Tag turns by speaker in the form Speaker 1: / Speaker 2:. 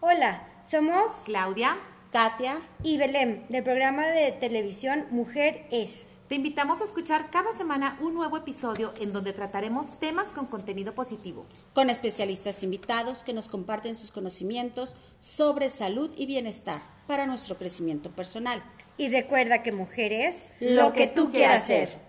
Speaker 1: Hola, somos
Speaker 2: Claudia,
Speaker 3: Katia,
Speaker 1: y Belém del programa de televisión Mujer es.
Speaker 2: te invitamos a escuchar cada semana un nuevo episodio en donde trataremos temas con contenido positivo.
Speaker 3: con especialistas invitados que nos comparten sus conocimientos sobre salud y bienestar para nuestro crecimiento personal.
Speaker 1: Y recuerda que Mujer es
Speaker 3: Lo que tú quieras ser.